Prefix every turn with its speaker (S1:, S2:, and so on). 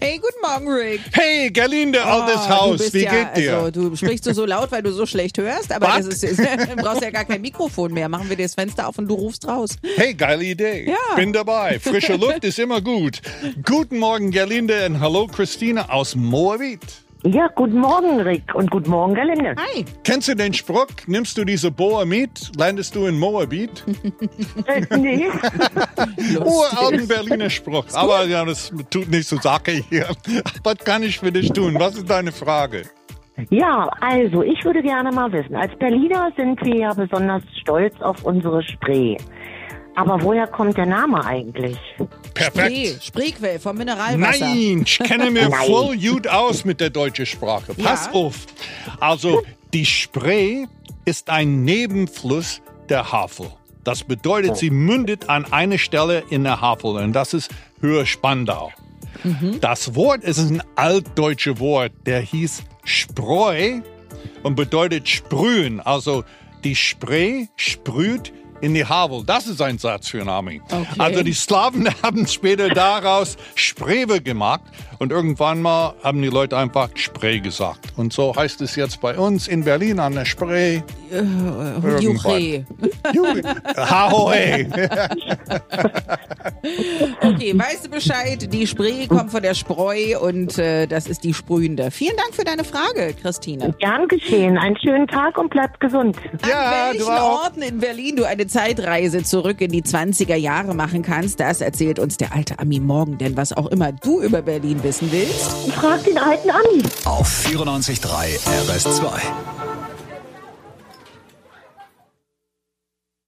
S1: Hey, guten Morgen, Rick.
S2: Hey, Gerlinde, altes
S1: Ah, du
S2: Haus,
S1: bist
S2: wie
S1: ja,
S2: geht dir?
S1: Also, du sprichst so laut, weil du so schlecht hörst, aber
S2: Was?
S1: das ist, du brauchst ja gar kein Mikrofon mehr. Machen wir dir das Fenster auf und du rufst raus.
S2: hey, geile Idee.
S1: Ja.
S2: Bin dabei. Frische Luft ist immer gut. Guten Morgen, Gerlinde, und hallo, Christine aus Moabit.
S3: Ja, guten Morgen, Rick, und guten Morgen, Gelände.
S1: Hi.
S2: Kennst du den Spruch? Nimmst du diese Boa mit, landest du in Moabit?
S3: Äh, nee,
S2: Uralten Berliner Spruch. Aber ja, das tut nicht zur Sache hier. Was kann ich für dich tun? Was ist deine Frage?
S3: ja, also ich würde gerne mal wissen, als Berliner sind wir ja besonders stolz auf unsere Spree. Aber woher kommt der Name eigentlich?
S1: Spree, Spreequell vom Mineralwasser.
S2: Nein, ich kenne mir
S3: Nein.
S2: voll gut aus mit der deutschen Sprache. Pass
S1: Ja.
S2: auf. Also, die Spree ist ein Nebenfluss der Havel. Das bedeutet, sie mündet an eine Stelle in der Havel und das ist Höhe Spandau. Das Wort ist ein altdeutsches Wort, der hieß Spreu und bedeutet sprühen. Also die Spree sprüht in die Havel. Das ist ein Satz für einen Army.
S1: Okay.
S2: Also die Slawen haben später daraus Sprewe gemacht und irgendwann mal haben die Leute einfach Spree gesagt. Und so heißt es jetzt bei uns in Berlin an der Spree.
S1: Äh, Juche.
S2: Juri. Ahoy.
S1: Okay, weißt du Bescheid? Die Spree kommt von der Spreu und äh, das ist die Sprühende. Vielen Dank für deine Frage, Christine.
S3: Gern geschehen. Einen schönen Tag und bleibt gesund.
S2: Ja,
S1: An welchen
S2: du auch.
S1: Orten in Berlin du eine Zeitreise zurück in die 20er Jahre machen kannst, das erzählt uns der alte Ami morgen. Denn was auch immer du über Berlin wissen willst,
S3: Frag den alten Ami.
S4: Auf 94.3 RS2.